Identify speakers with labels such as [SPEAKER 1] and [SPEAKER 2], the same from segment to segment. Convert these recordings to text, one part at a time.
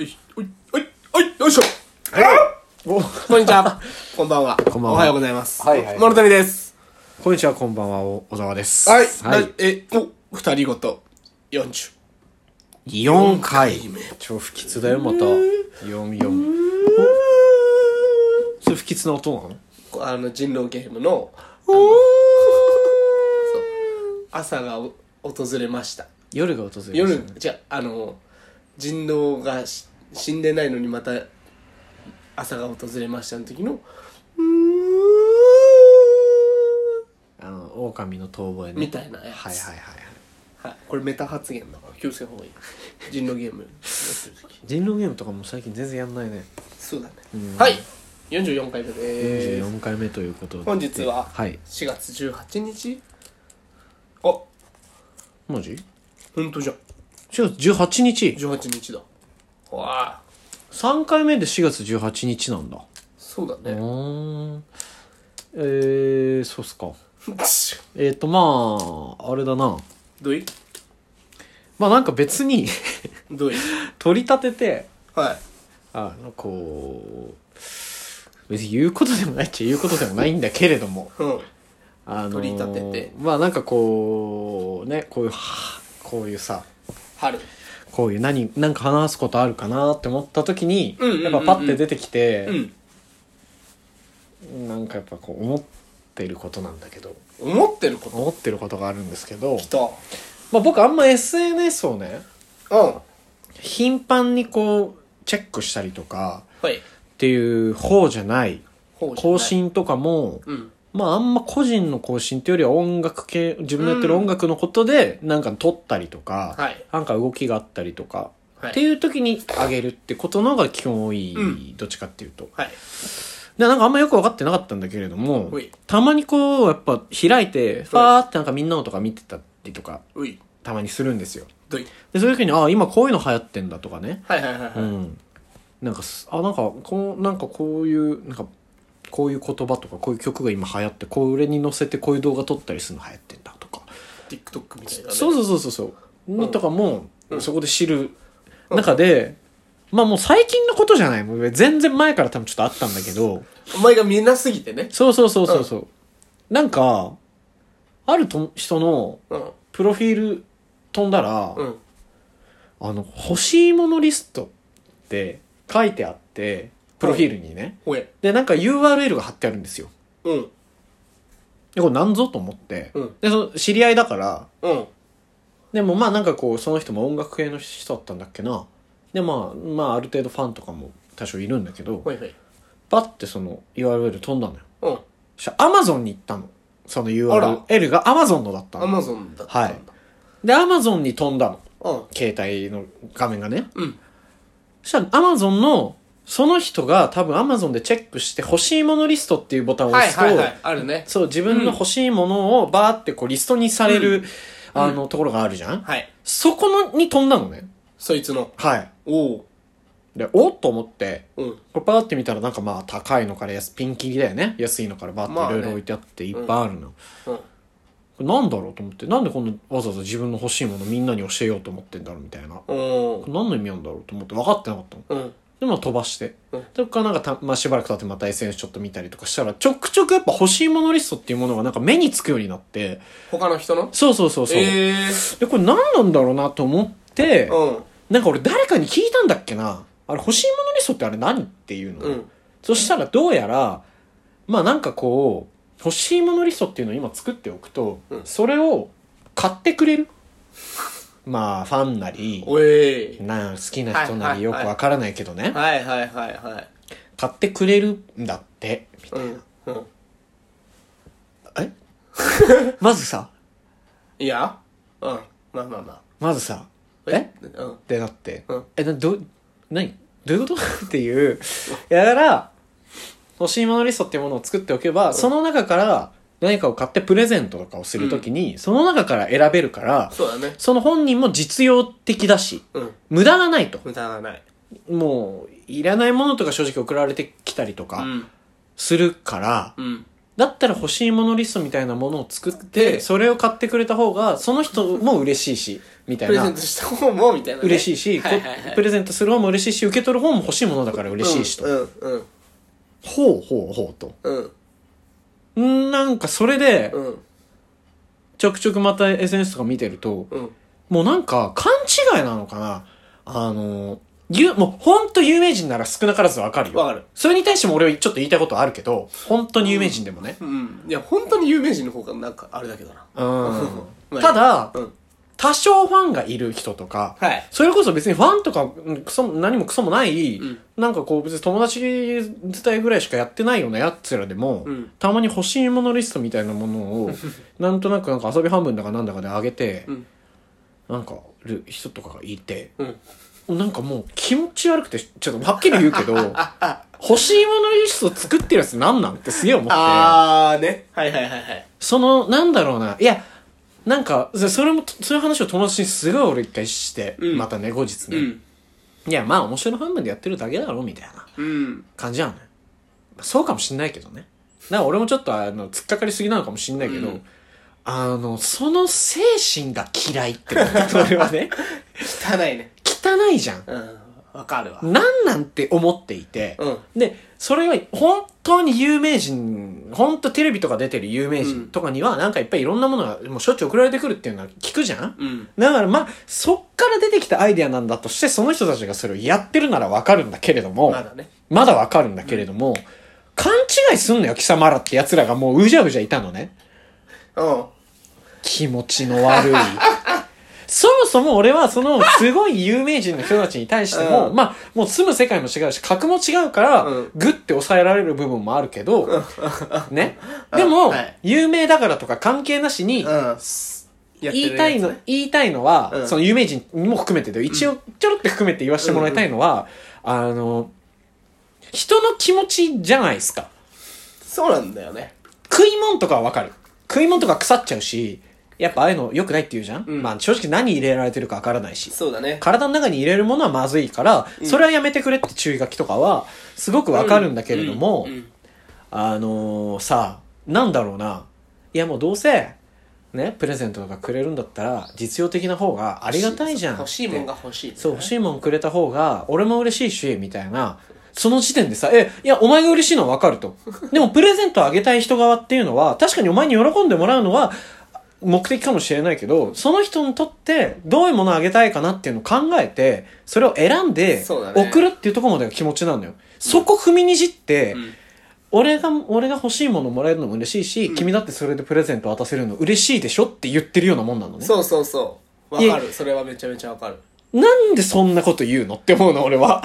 [SPEAKER 1] いしょ、おい、おい、おい、よいしょ。 こんにちは。 こんばんは。
[SPEAKER 2] こんばんは
[SPEAKER 1] おはようございます。
[SPEAKER 3] はいはい
[SPEAKER 1] モルトミです。
[SPEAKER 2] こんにちは、こんばんは、お小沢です。
[SPEAKER 1] はい。
[SPEAKER 2] はい。
[SPEAKER 1] え、お、二人ごと、40。
[SPEAKER 2] 4回。超不吉だよ、また。4、4。それ不吉な音なの
[SPEAKER 1] こうあの、人狼ゲームの、そう朝がお訪れました。
[SPEAKER 2] 夜が訪れる。
[SPEAKER 1] 夜、じゃあ、あの、人狼がし死んでないのにまた、朝が訪れましたの時の、
[SPEAKER 2] あの、狼の遠吠えね。
[SPEAKER 1] みたいなやつ
[SPEAKER 2] はいはいはいはい。
[SPEAKER 1] はい、これメタ発言だから気をつけた方がいい。人狼ゲ ームやってる時。
[SPEAKER 2] 人狼ゲームとかも最近全然やんないね。
[SPEAKER 1] そうだね。はい、44回目です。
[SPEAKER 2] 24回目ということで。
[SPEAKER 1] 本日は
[SPEAKER 2] はい。
[SPEAKER 1] 4月18日あ、
[SPEAKER 2] 文字
[SPEAKER 1] ほんとじゃん。
[SPEAKER 2] ?4 月18日。
[SPEAKER 1] 18日だ。わあ、
[SPEAKER 2] 3回目で4月18日なんだ。
[SPEAKER 1] そうだ
[SPEAKER 2] う
[SPEAKER 1] ね。
[SPEAKER 2] ーん。えー、そうっすか。えっ、ー、と、まあ、あれだな。
[SPEAKER 1] どい
[SPEAKER 2] まあなんか別に
[SPEAKER 1] どい
[SPEAKER 2] 取り立てて、
[SPEAKER 1] はい。
[SPEAKER 2] あの、こう、別に言うことでもないっちゃ言うことでもないんだけれど も、
[SPEAKER 1] うん。
[SPEAKER 2] あのー
[SPEAKER 1] 取り立てて
[SPEAKER 2] まあなんかこう、ね、こういう、はぁこういうさ、
[SPEAKER 1] 春。
[SPEAKER 2] こういう何、なんか話すことあるかなって思った時に、
[SPEAKER 1] うんうんうんうん
[SPEAKER 2] やっぱパッて出てきて、
[SPEAKER 1] うん。
[SPEAKER 2] なんかやっぱこう思ってることなんだけど、
[SPEAKER 1] 思ってること
[SPEAKER 2] 思ってることがあるんですけど
[SPEAKER 1] 来、た。
[SPEAKER 2] まあ僕あんま SNS をね、
[SPEAKER 1] うん。
[SPEAKER 2] 頻繁にこう、チェックしたりとか、
[SPEAKER 1] はい。
[SPEAKER 2] っていう方じゃない。
[SPEAKER 1] ほうじゃない
[SPEAKER 2] 更。新とかも、
[SPEAKER 1] うん。
[SPEAKER 2] まああんま個人の更新っていうよりは音楽系、自分のやってる音楽のことでなんか撮ったりとか、
[SPEAKER 1] はい
[SPEAKER 2] なんか動きがあったりとか、
[SPEAKER 1] はい
[SPEAKER 2] っていう時にあげるってことの方が基本多い、
[SPEAKER 1] うん
[SPEAKER 2] どっちかっていうと。
[SPEAKER 1] はい。
[SPEAKER 2] で、なんかあんまよく分かってなかったんだけれども
[SPEAKER 1] ほい、
[SPEAKER 2] たまにこう、やっぱ開いて、ファーってなんかみんなのとか見てたりとか、
[SPEAKER 1] うい。
[SPEAKER 2] たまにするんですよ。
[SPEAKER 1] どい。
[SPEAKER 2] で、そういう時に、ああ、今こういうの流行ってんだとかね、
[SPEAKER 1] はいはいはいは
[SPEAKER 2] う
[SPEAKER 1] い。
[SPEAKER 2] ん、なんかすあなんかこうなんかこういうなんかこういう言葉とかこういう曲が今流行ってこれに載せてこういう動画撮ったりするの流行ってんだとか、
[SPEAKER 1] TikTok みたいなね。
[SPEAKER 2] そう
[SPEAKER 1] う。
[SPEAKER 2] そうそうそうそうのとかも、
[SPEAKER 1] うん
[SPEAKER 2] そこで知る中で、まあもう最近のことじゃないもう全然前から多分ちょっとあったんだけど
[SPEAKER 1] お前が見なすぎてね。
[SPEAKER 2] そうそうそうそうそう、なんかあると人の
[SPEAKER 1] うん。
[SPEAKER 2] プロフィール飛んだら、
[SPEAKER 1] うん。
[SPEAKER 2] あの欲しいものリストって書いてあってプロフィールにね、
[SPEAKER 1] ほえ。
[SPEAKER 2] で、なんか URL が貼ってあるんですよ。
[SPEAKER 1] うん。
[SPEAKER 2] で、これなんぞと思って。
[SPEAKER 1] うん
[SPEAKER 2] で、その知り合いだから、
[SPEAKER 1] うん。
[SPEAKER 2] でもまあなんかこう、その人も音楽系の人だったんだっけな。で、まあ、まあある程度ファンとかも多少いるんだけど、
[SPEAKER 1] ほいほい。
[SPEAKER 2] バッてその URL 飛んだのよ。
[SPEAKER 1] うん。
[SPEAKER 2] そしたら Amazon に行ったの。その
[SPEAKER 1] あら
[SPEAKER 2] URL が Amazon のだった
[SPEAKER 1] ア
[SPEAKER 2] の。
[SPEAKER 1] マゾンだったんだ。
[SPEAKER 2] で、Amazon に飛んだの。
[SPEAKER 1] うん。
[SPEAKER 2] 携帯の画面がね。
[SPEAKER 1] うん。
[SPEAKER 2] そしたら Amazon の、その人が多分 Amazon でチェックして欲しいものリストっていうボタンを
[SPEAKER 1] は
[SPEAKER 2] 押
[SPEAKER 1] い
[SPEAKER 2] すと、
[SPEAKER 1] はいはい。あるね。
[SPEAKER 2] そう、自分の欲しいものをバーってこうリストにされる、あの、ところがあるじゃん
[SPEAKER 1] はい。
[SPEAKER 2] そこのに飛んだのね。
[SPEAKER 1] そいつの。
[SPEAKER 2] はい。
[SPEAKER 1] おう。
[SPEAKER 2] で、おっと思って、
[SPEAKER 1] うん。
[SPEAKER 2] これバーって見たらなんかまあ高いのから安、ピンキリだよね。安いのからバー
[SPEAKER 1] ま
[SPEAKER 2] っ
[SPEAKER 1] あ
[SPEAKER 2] て
[SPEAKER 1] ね
[SPEAKER 2] いろいろ置いてあっていっぱいあるの。
[SPEAKER 1] うん。
[SPEAKER 2] これなんだろうと思って、なんでこんなわざわざ自分の欲しいものみんなに教えようと思ってんだろうみたいな。こ
[SPEAKER 1] お
[SPEAKER 2] れ何の意味なんだろうと思って分かってなかったの。
[SPEAKER 1] うん。
[SPEAKER 2] で、まあ飛ばして。
[SPEAKER 1] うん
[SPEAKER 2] そっからなんかた、まあしばらく経ってまた SNS ちょっと見たりとかしたら、ちょくちょくやっぱ欲しいものリストっていうものがなんか目につくようになって、
[SPEAKER 1] 他の人の
[SPEAKER 2] そうそうそうそう。
[SPEAKER 1] ええ
[SPEAKER 2] でこれ何なんだろうなと思って、
[SPEAKER 1] ー。
[SPEAKER 2] なんか俺誰かに聞いたんだっけなあれ欲しいものリストってあれ何っていうの、
[SPEAKER 1] うん。うん。
[SPEAKER 2] そしたらどうやらまあなんかこう欲しいものリストっていうのを今作っておくと、
[SPEAKER 1] うん
[SPEAKER 2] それを買ってくれるまあファンなり
[SPEAKER 1] おえー。
[SPEAKER 2] な好きな人なりよく
[SPEAKER 1] はいはいはい
[SPEAKER 2] わからないけどね、
[SPEAKER 1] はいはいはいはい。
[SPEAKER 2] 買ってくれるんだってみた
[SPEAKER 1] う
[SPEAKER 2] い
[SPEAKER 1] ん。うん。
[SPEAKER 2] な、えまずさ
[SPEAKER 1] いやうん。まあまあまあ。
[SPEAKER 2] まずさえ
[SPEAKER 1] うん
[SPEAKER 2] っ。てなって、
[SPEAKER 1] うん
[SPEAKER 2] えなど何どういうこと っていういやだから欲しいものリストっていうものを作っておけば、その中から何かを買ってプレゼントとかをするときに、その中から選べるから
[SPEAKER 1] そうだね。
[SPEAKER 2] その本人も実用的だし
[SPEAKER 1] うん。
[SPEAKER 2] 無駄がないと
[SPEAKER 1] 無駄がない。
[SPEAKER 2] もういらないものとか正直送られてきたりと
[SPEAKER 1] う
[SPEAKER 2] か
[SPEAKER 1] ん。
[SPEAKER 2] するから、
[SPEAKER 1] うん。
[SPEAKER 2] だったら欲しいものリストみたいなものを作って
[SPEAKER 1] で
[SPEAKER 2] それを買ってくれた方がその人も嬉しい しみたい
[SPEAKER 1] プレゼ
[SPEAKER 2] な
[SPEAKER 1] ントした方もみたいな、ね、
[SPEAKER 2] 嬉しいし、
[SPEAKER 1] はいはいはい
[SPEAKER 2] こプレゼントする方も嬉しいし受け取る方も欲しいものだから嬉しいしと、
[SPEAKER 1] うんうん
[SPEAKER 2] ほうほうほうと
[SPEAKER 1] うん
[SPEAKER 2] んなんかそれで
[SPEAKER 1] うん
[SPEAKER 2] ちょくちょくまた SNS とか見てると
[SPEAKER 1] うん
[SPEAKER 2] もうなんか勘違いなのかなあのゆもうほんと有名人なら少なからずわかる
[SPEAKER 1] わ
[SPEAKER 2] よ
[SPEAKER 1] かる
[SPEAKER 2] それに対しても俺はちょっと言いたいことあるけど本当に有名人でもね、
[SPEAKER 1] うんいや本当に有名人の方がなんかあれだけどな
[SPEAKER 2] う、
[SPEAKER 1] うん ん
[SPEAKER 2] ただ
[SPEAKER 1] うん
[SPEAKER 2] 多少ファンがいる人とか、
[SPEAKER 1] はい
[SPEAKER 2] それこそ別にファンとかうんクソも何もクソもない、
[SPEAKER 1] ん
[SPEAKER 2] なんかこう別に友達伝いぐらいしかやってないようなやつらでも、
[SPEAKER 1] うん
[SPEAKER 2] たまに欲しいものリストみたいなものを なんとなくなんか遊び半分だかなんだかで上げて、
[SPEAKER 1] うん
[SPEAKER 2] なんかる人とかがいて、
[SPEAKER 1] うん
[SPEAKER 2] なんかもう気持ち悪くてちょっとはっきり言うけ ど欲しいものリスト作ってるやつなんなんってすげえ思って。
[SPEAKER 1] ああねはいはいはいはい
[SPEAKER 2] その、なんだろうな。いや、なんか、そそれも、そういう話を友達にすごい俺一回して、
[SPEAKER 1] うん
[SPEAKER 2] またね、後日
[SPEAKER 1] う
[SPEAKER 2] ね。
[SPEAKER 1] ん
[SPEAKER 2] いや、まあ、面白い半分でやってるだけだろ、みたいな
[SPEAKER 1] うん
[SPEAKER 2] 感じなのよ。まあそうかもしんないけどね。だから俺もちょっと、あの、突っかかりすぎなのかもしんないけど、
[SPEAKER 1] うん
[SPEAKER 2] あの、その精神が嫌いってこと、俺はね、
[SPEAKER 1] 汚いね
[SPEAKER 2] 汚いじゃん。
[SPEAKER 1] うんわかるわ
[SPEAKER 2] なんなんて思っていて、
[SPEAKER 1] うん
[SPEAKER 2] で、それは本当に有名人、本当テレビとか出てる有名人とかには、なんかいっぱいいろんなものがもうしょっちゅう送られてくるっていうのは聞くじゃん
[SPEAKER 1] うん
[SPEAKER 2] だからまあ、そっから出てきたアイデアなんだとして、その人たちがそれをやってるならわかるんだけれども、
[SPEAKER 1] まだね
[SPEAKER 2] まだわかるんだけれども、勘違いすんのよ、貴様らって奴らがもううじゃうじゃいたのね。
[SPEAKER 1] うん
[SPEAKER 2] 気持ちの悪 い。そもそも俺はそのすごい有名人の人たちに対しても、
[SPEAKER 1] う
[SPEAKER 2] まあもう住む世界も違うし格も違うから、
[SPEAKER 1] うん
[SPEAKER 2] グッて抑えられる部分もある けど、ね。でも、
[SPEAKER 1] はい
[SPEAKER 2] 有名だからとか関係なしに、
[SPEAKER 1] うん
[SPEAKER 2] 言いたいの、言いたいのは、
[SPEAKER 1] うん
[SPEAKER 2] その有名人も含めてだよ一応ちょろって含めて言わせてもらいたいのは、あの、人の気持ちじゃないですか。
[SPEAKER 1] そうなんだよね
[SPEAKER 2] 食い物とかはわかる。食い物とか腐っちゃうし、やっぱああいうの良くないって言うじゃん、
[SPEAKER 1] うん
[SPEAKER 2] まあ正直何入れられてるかわからないし。
[SPEAKER 1] そうだね
[SPEAKER 2] 体の中に入れるものはまずいから、それはやめてくれって注意書きとかは、すごくわかるんだけれども、
[SPEAKER 1] うんうん
[SPEAKER 2] あのーさ、なんだろうな。いやもうどうせ、ね、プレゼントとかくれるんだったら、実用的な方がありがたいじゃん。
[SPEAKER 1] 欲しいもんが欲しい
[SPEAKER 2] そう、欲しいもんくれた方が、俺も嬉しいし、みたいな。その時点でさ、え、いや、お前が嬉しいのはわかると。でも、プレゼントあげたい人側っていうのは、確かにお前に喜んでもらうのは、目的かもしれないけど、その人にとって、どういうものをあげたいかなっていうのを考えて、それを選んで
[SPEAKER 1] そうだ、ね
[SPEAKER 2] 送るっていうところまでが気持ちなのよ。そこ踏みにじって、
[SPEAKER 1] うん
[SPEAKER 2] 俺が、俺が欲しいものもらえるのも嬉しいし、
[SPEAKER 1] うん
[SPEAKER 2] 君だってそれでプレゼント渡せるの嬉しいでしょって言ってるようなもんなのね。
[SPEAKER 1] そうそうそうわ
[SPEAKER 2] い
[SPEAKER 1] か
[SPEAKER 2] え
[SPEAKER 1] るそれはめちゃめちゃわかる
[SPEAKER 2] なんでそんなこと言うのって思うの、俺は。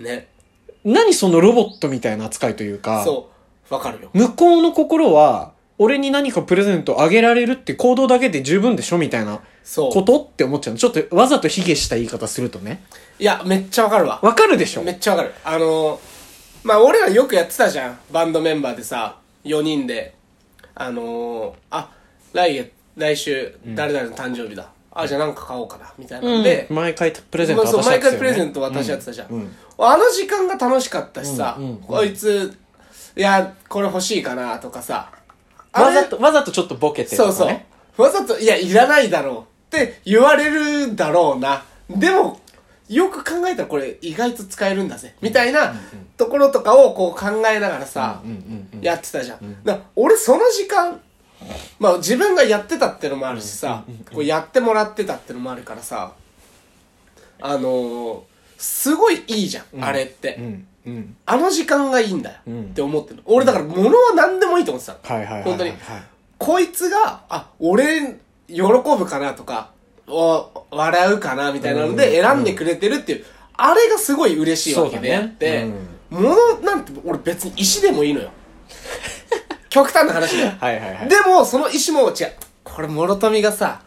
[SPEAKER 1] ね
[SPEAKER 2] 何そのロボットみたいな扱いというか、
[SPEAKER 1] そうわかるよ
[SPEAKER 2] 向こうの心は、俺に何かプレゼントあげられるって行動だけで十分でしょみたいな
[SPEAKER 1] そう
[SPEAKER 2] ことって思っちゃうの。ちょっとわざと卑下した言い方するとね。
[SPEAKER 1] いやめっちゃわかるわ
[SPEAKER 2] わかるでしょ
[SPEAKER 1] めっちゃわかるあのーまあ俺らよくやってたじゃんバンドメンバーでさ4人であのーあ来月来週誰々の誕生日だ、あじゃあなんか買おうかなみたいなんで、
[SPEAKER 2] うん毎回プレゼン
[SPEAKER 1] ま
[SPEAKER 2] ト
[SPEAKER 1] あそう
[SPEAKER 2] 渡し合
[SPEAKER 1] 毎
[SPEAKER 2] ってたよ
[SPEAKER 1] 回
[SPEAKER 2] ね
[SPEAKER 1] プレゼント渡し合ってたじゃん、
[SPEAKER 2] うんうん
[SPEAKER 1] あの時間が楽しかったしさ、
[SPEAKER 2] うんうん
[SPEAKER 1] こいついやこれ欲しいかなとかさあ
[SPEAKER 2] わ
[SPEAKER 1] れ
[SPEAKER 2] ざと、わざとちょっとボケてるとか
[SPEAKER 1] そ
[SPEAKER 2] ね。
[SPEAKER 1] うそう。わざと、いや、いらないだろうって言われるだろうな。でも、よく考えたらこれ意外と使えるんだぜ。みたいなところとかをこう考えながらさ
[SPEAKER 2] うんうん、
[SPEAKER 1] やってたじゃん。だから俺その時間、まあ自分がやってたってのもあるしさ、こうやってもらってたってのもあるからさ、あのー、すごいいいじゃん、あれって。
[SPEAKER 2] うん。うん。
[SPEAKER 1] あの時間がいいんだよ
[SPEAKER 2] うん
[SPEAKER 1] って思ってる。俺だから物は何でもいいと思ってたの。
[SPEAKER 2] はいはいはいはい。
[SPEAKER 1] 本当に
[SPEAKER 2] はい。
[SPEAKER 1] こいつが、あ、俺、喜ぶかなとか、お笑うかなみたいなので選んでくれてるっていう、あれがすごい嬉しいわけであって、物なんて俺別に石でもいいのよ。極端な話だよ。
[SPEAKER 2] はいはいはい。
[SPEAKER 1] でも、その石も違う。これ、諸富がさ、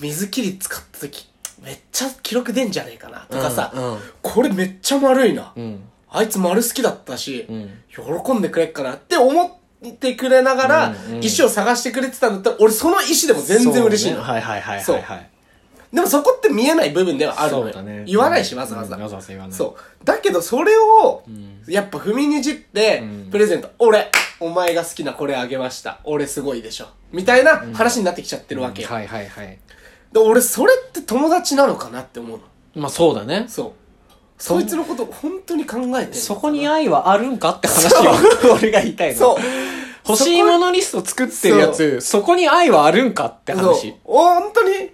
[SPEAKER 1] 水切り使った時、めっちゃ記録出んじゃねえかなとかさ、
[SPEAKER 2] うんうん
[SPEAKER 1] これめっちゃ丸いな。
[SPEAKER 2] ん
[SPEAKER 1] あいつ丸好きだったし、
[SPEAKER 2] ん
[SPEAKER 1] 喜んでくれっかなって思ってくれながら、
[SPEAKER 2] うんうん
[SPEAKER 1] 石を探してくれてたんだったら、俺その石でも全然嬉しい
[SPEAKER 2] そう
[SPEAKER 1] の。
[SPEAKER 2] ねはいはいはい
[SPEAKER 1] そ
[SPEAKER 2] は
[SPEAKER 1] う
[SPEAKER 2] いはい。
[SPEAKER 1] でもそこって見えない部分ではあるの
[SPEAKER 2] そう
[SPEAKER 1] よ。
[SPEAKER 2] だね。
[SPEAKER 1] 言わないし、わざわざ。
[SPEAKER 2] うんわざわざ言わない。
[SPEAKER 1] そう。だけど、それを、やっぱ踏みにじって、プレゼント、俺、お前が好きなこれあげました。俺すごいでしょ。みたいな話になってきちゃってるわけよ。
[SPEAKER 2] はいはいはい。
[SPEAKER 1] で、俺それって友達なのかなって思うの。
[SPEAKER 2] まあそうだね。
[SPEAKER 1] そう。そいつのこと本当に考えてんのかな
[SPEAKER 2] そこに愛はあるんかって話を俺が言いたいの。
[SPEAKER 1] そう。
[SPEAKER 2] 欲しいものリスト作ってるやつ、そこに愛はあるんかって
[SPEAKER 1] そう
[SPEAKER 2] 話。
[SPEAKER 1] 本当に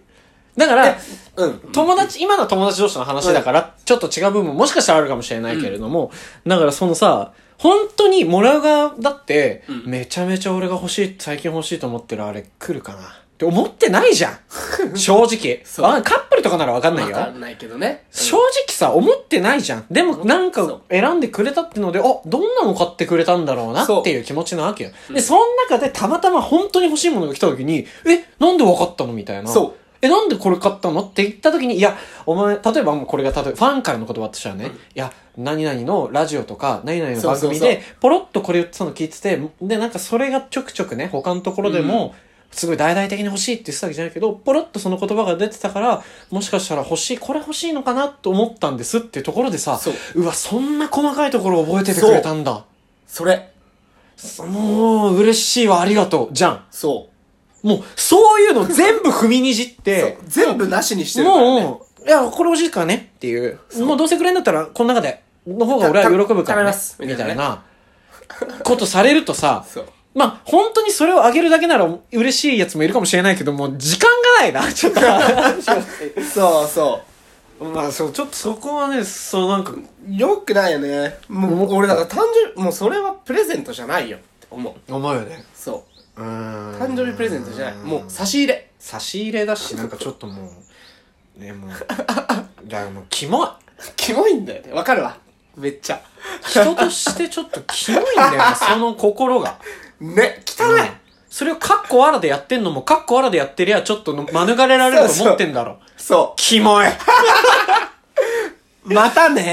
[SPEAKER 2] だから、
[SPEAKER 1] うん。
[SPEAKER 2] 友達、今の友達同士の話だから、ちょっと違う部分ももしかしたらあるかもしれないけれども、だからそのさ、本当にもらう側だって、
[SPEAKER 1] ん
[SPEAKER 2] めちゃめちゃ俺が欲しい、最近欲しいと思ってるあれ来るかなって思ってないじゃ ん。正直。
[SPEAKER 1] そう
[SPEAKER 2] あカップルとかならわかんない
[SPEAKER 1] わ
[SPEAKER 2] よ。
[SPEAKER 1] かんないけどね。
[SPEAKER 2] 正直さ、思ってないじゃん。でもな
[SPEAKER 1] そ
[SPEAKER 2] んか
[SPEAKER 1] う
[SPEAKER 2] 選んでくれたってので、あ、どんなの買ってくれたんだろうなっていう気持ちなわけよ。で、その中でたまたま本当に欲しいものが来た時に、え、なんで分かったのみたいな。
[SPEAKER 1] そう
[SPEAKER 2] え、なんでこれ買ったのって言った時に、いや、お前、例えばもうこれが、例えばファンからの言葉としてはね、いや、何々のラジオとか、何々の番組
[SPEAKER 1] そうそう
[SPEAKER 2] で、ポロッとこれ言ってたの聞いてて、で、なんかそれがちょくちょくね、他のところでも、すごい大々的に欲しいって言ってたわけじゃないけど、ポロッとその言葉が出てたから、もしかしたら欲しい、これ欲しいのかなと思ったんですっていうところでさ
[SPEAKER 1] そう、
[SPEAKER 2] うわ、そんな細かいところ覚えててくれたんだ。
[SPEAKER 1] それ。
[SPEAKER 2] もう、嬉しいわ、ありがとう、じゃん。
[SPEAKER 1] そ
[SPEAKER 2] もう、そういうの全部踏みにじっ
[SPEAKER 1] う。
[SPEAKER 2] て、
[SPEAKER 1] 全部なしにしてるからね。
[SPEAKER 2] もう、いや、これ欲しいからねっていう。もうどうせくれんだったら、この中で、の方が俺は喜ぶから、
[SPEAKER 1] たた食べま
[SPEAKER 2] ね、
[SPEAKER 1] す
[SPEAKER 2] み
[SPEAKER 1] み
[SPEAKER 2] た
[SPEAKER 1] た
[SPEAKER 2] い
[SPEAKER 1] い
[SPEAKER 2] な、ことされるとさ、
[SPEAKER 1] そう。
[SPEAKER 2] まあ、本当にそれをあげるだけなら嬉しいやつもいるかもしれないけど、もう時間がないな、 ちょっと。
[SPEAKER 1] そうそ
[SPEAKER 2] まあ、そう、ちょっとそこはね、そうなんか、
[SPEAKER 1] う。よくないよね。もう、俺だから単純、もうそれはプレゼントじゃないよって思う。
[SPEAKER 2] 思うよね。
[SPEAKER 1] そう
[SPEAKER 2] ー
[SPEAKER 1] う。
[SPEAKER 2] ん
[SPEAKER 1] 誕生日プレゼントじゃない。もう差し入れ。
[SPEAKER 2] 差し入れだし、なんかちょっともう、ね、もう、だからもう、キモい。
[SPEAKER 1] キモいんだよね。わかるわ。めっちゃ。
[SPEAKER 2] 人としてちょっとキモいんだよね、 その心が。
[SPEAKER 1] ね、汚い。
[SPEAKER 2] それをカッコわらでやってんのもカッコわらでやってりゃちょっとの 免れられると思ってんだろ。
[SPEAKER 1] そ
[SPEAKER 2] キモい
[SPEAKER 1] う。またね。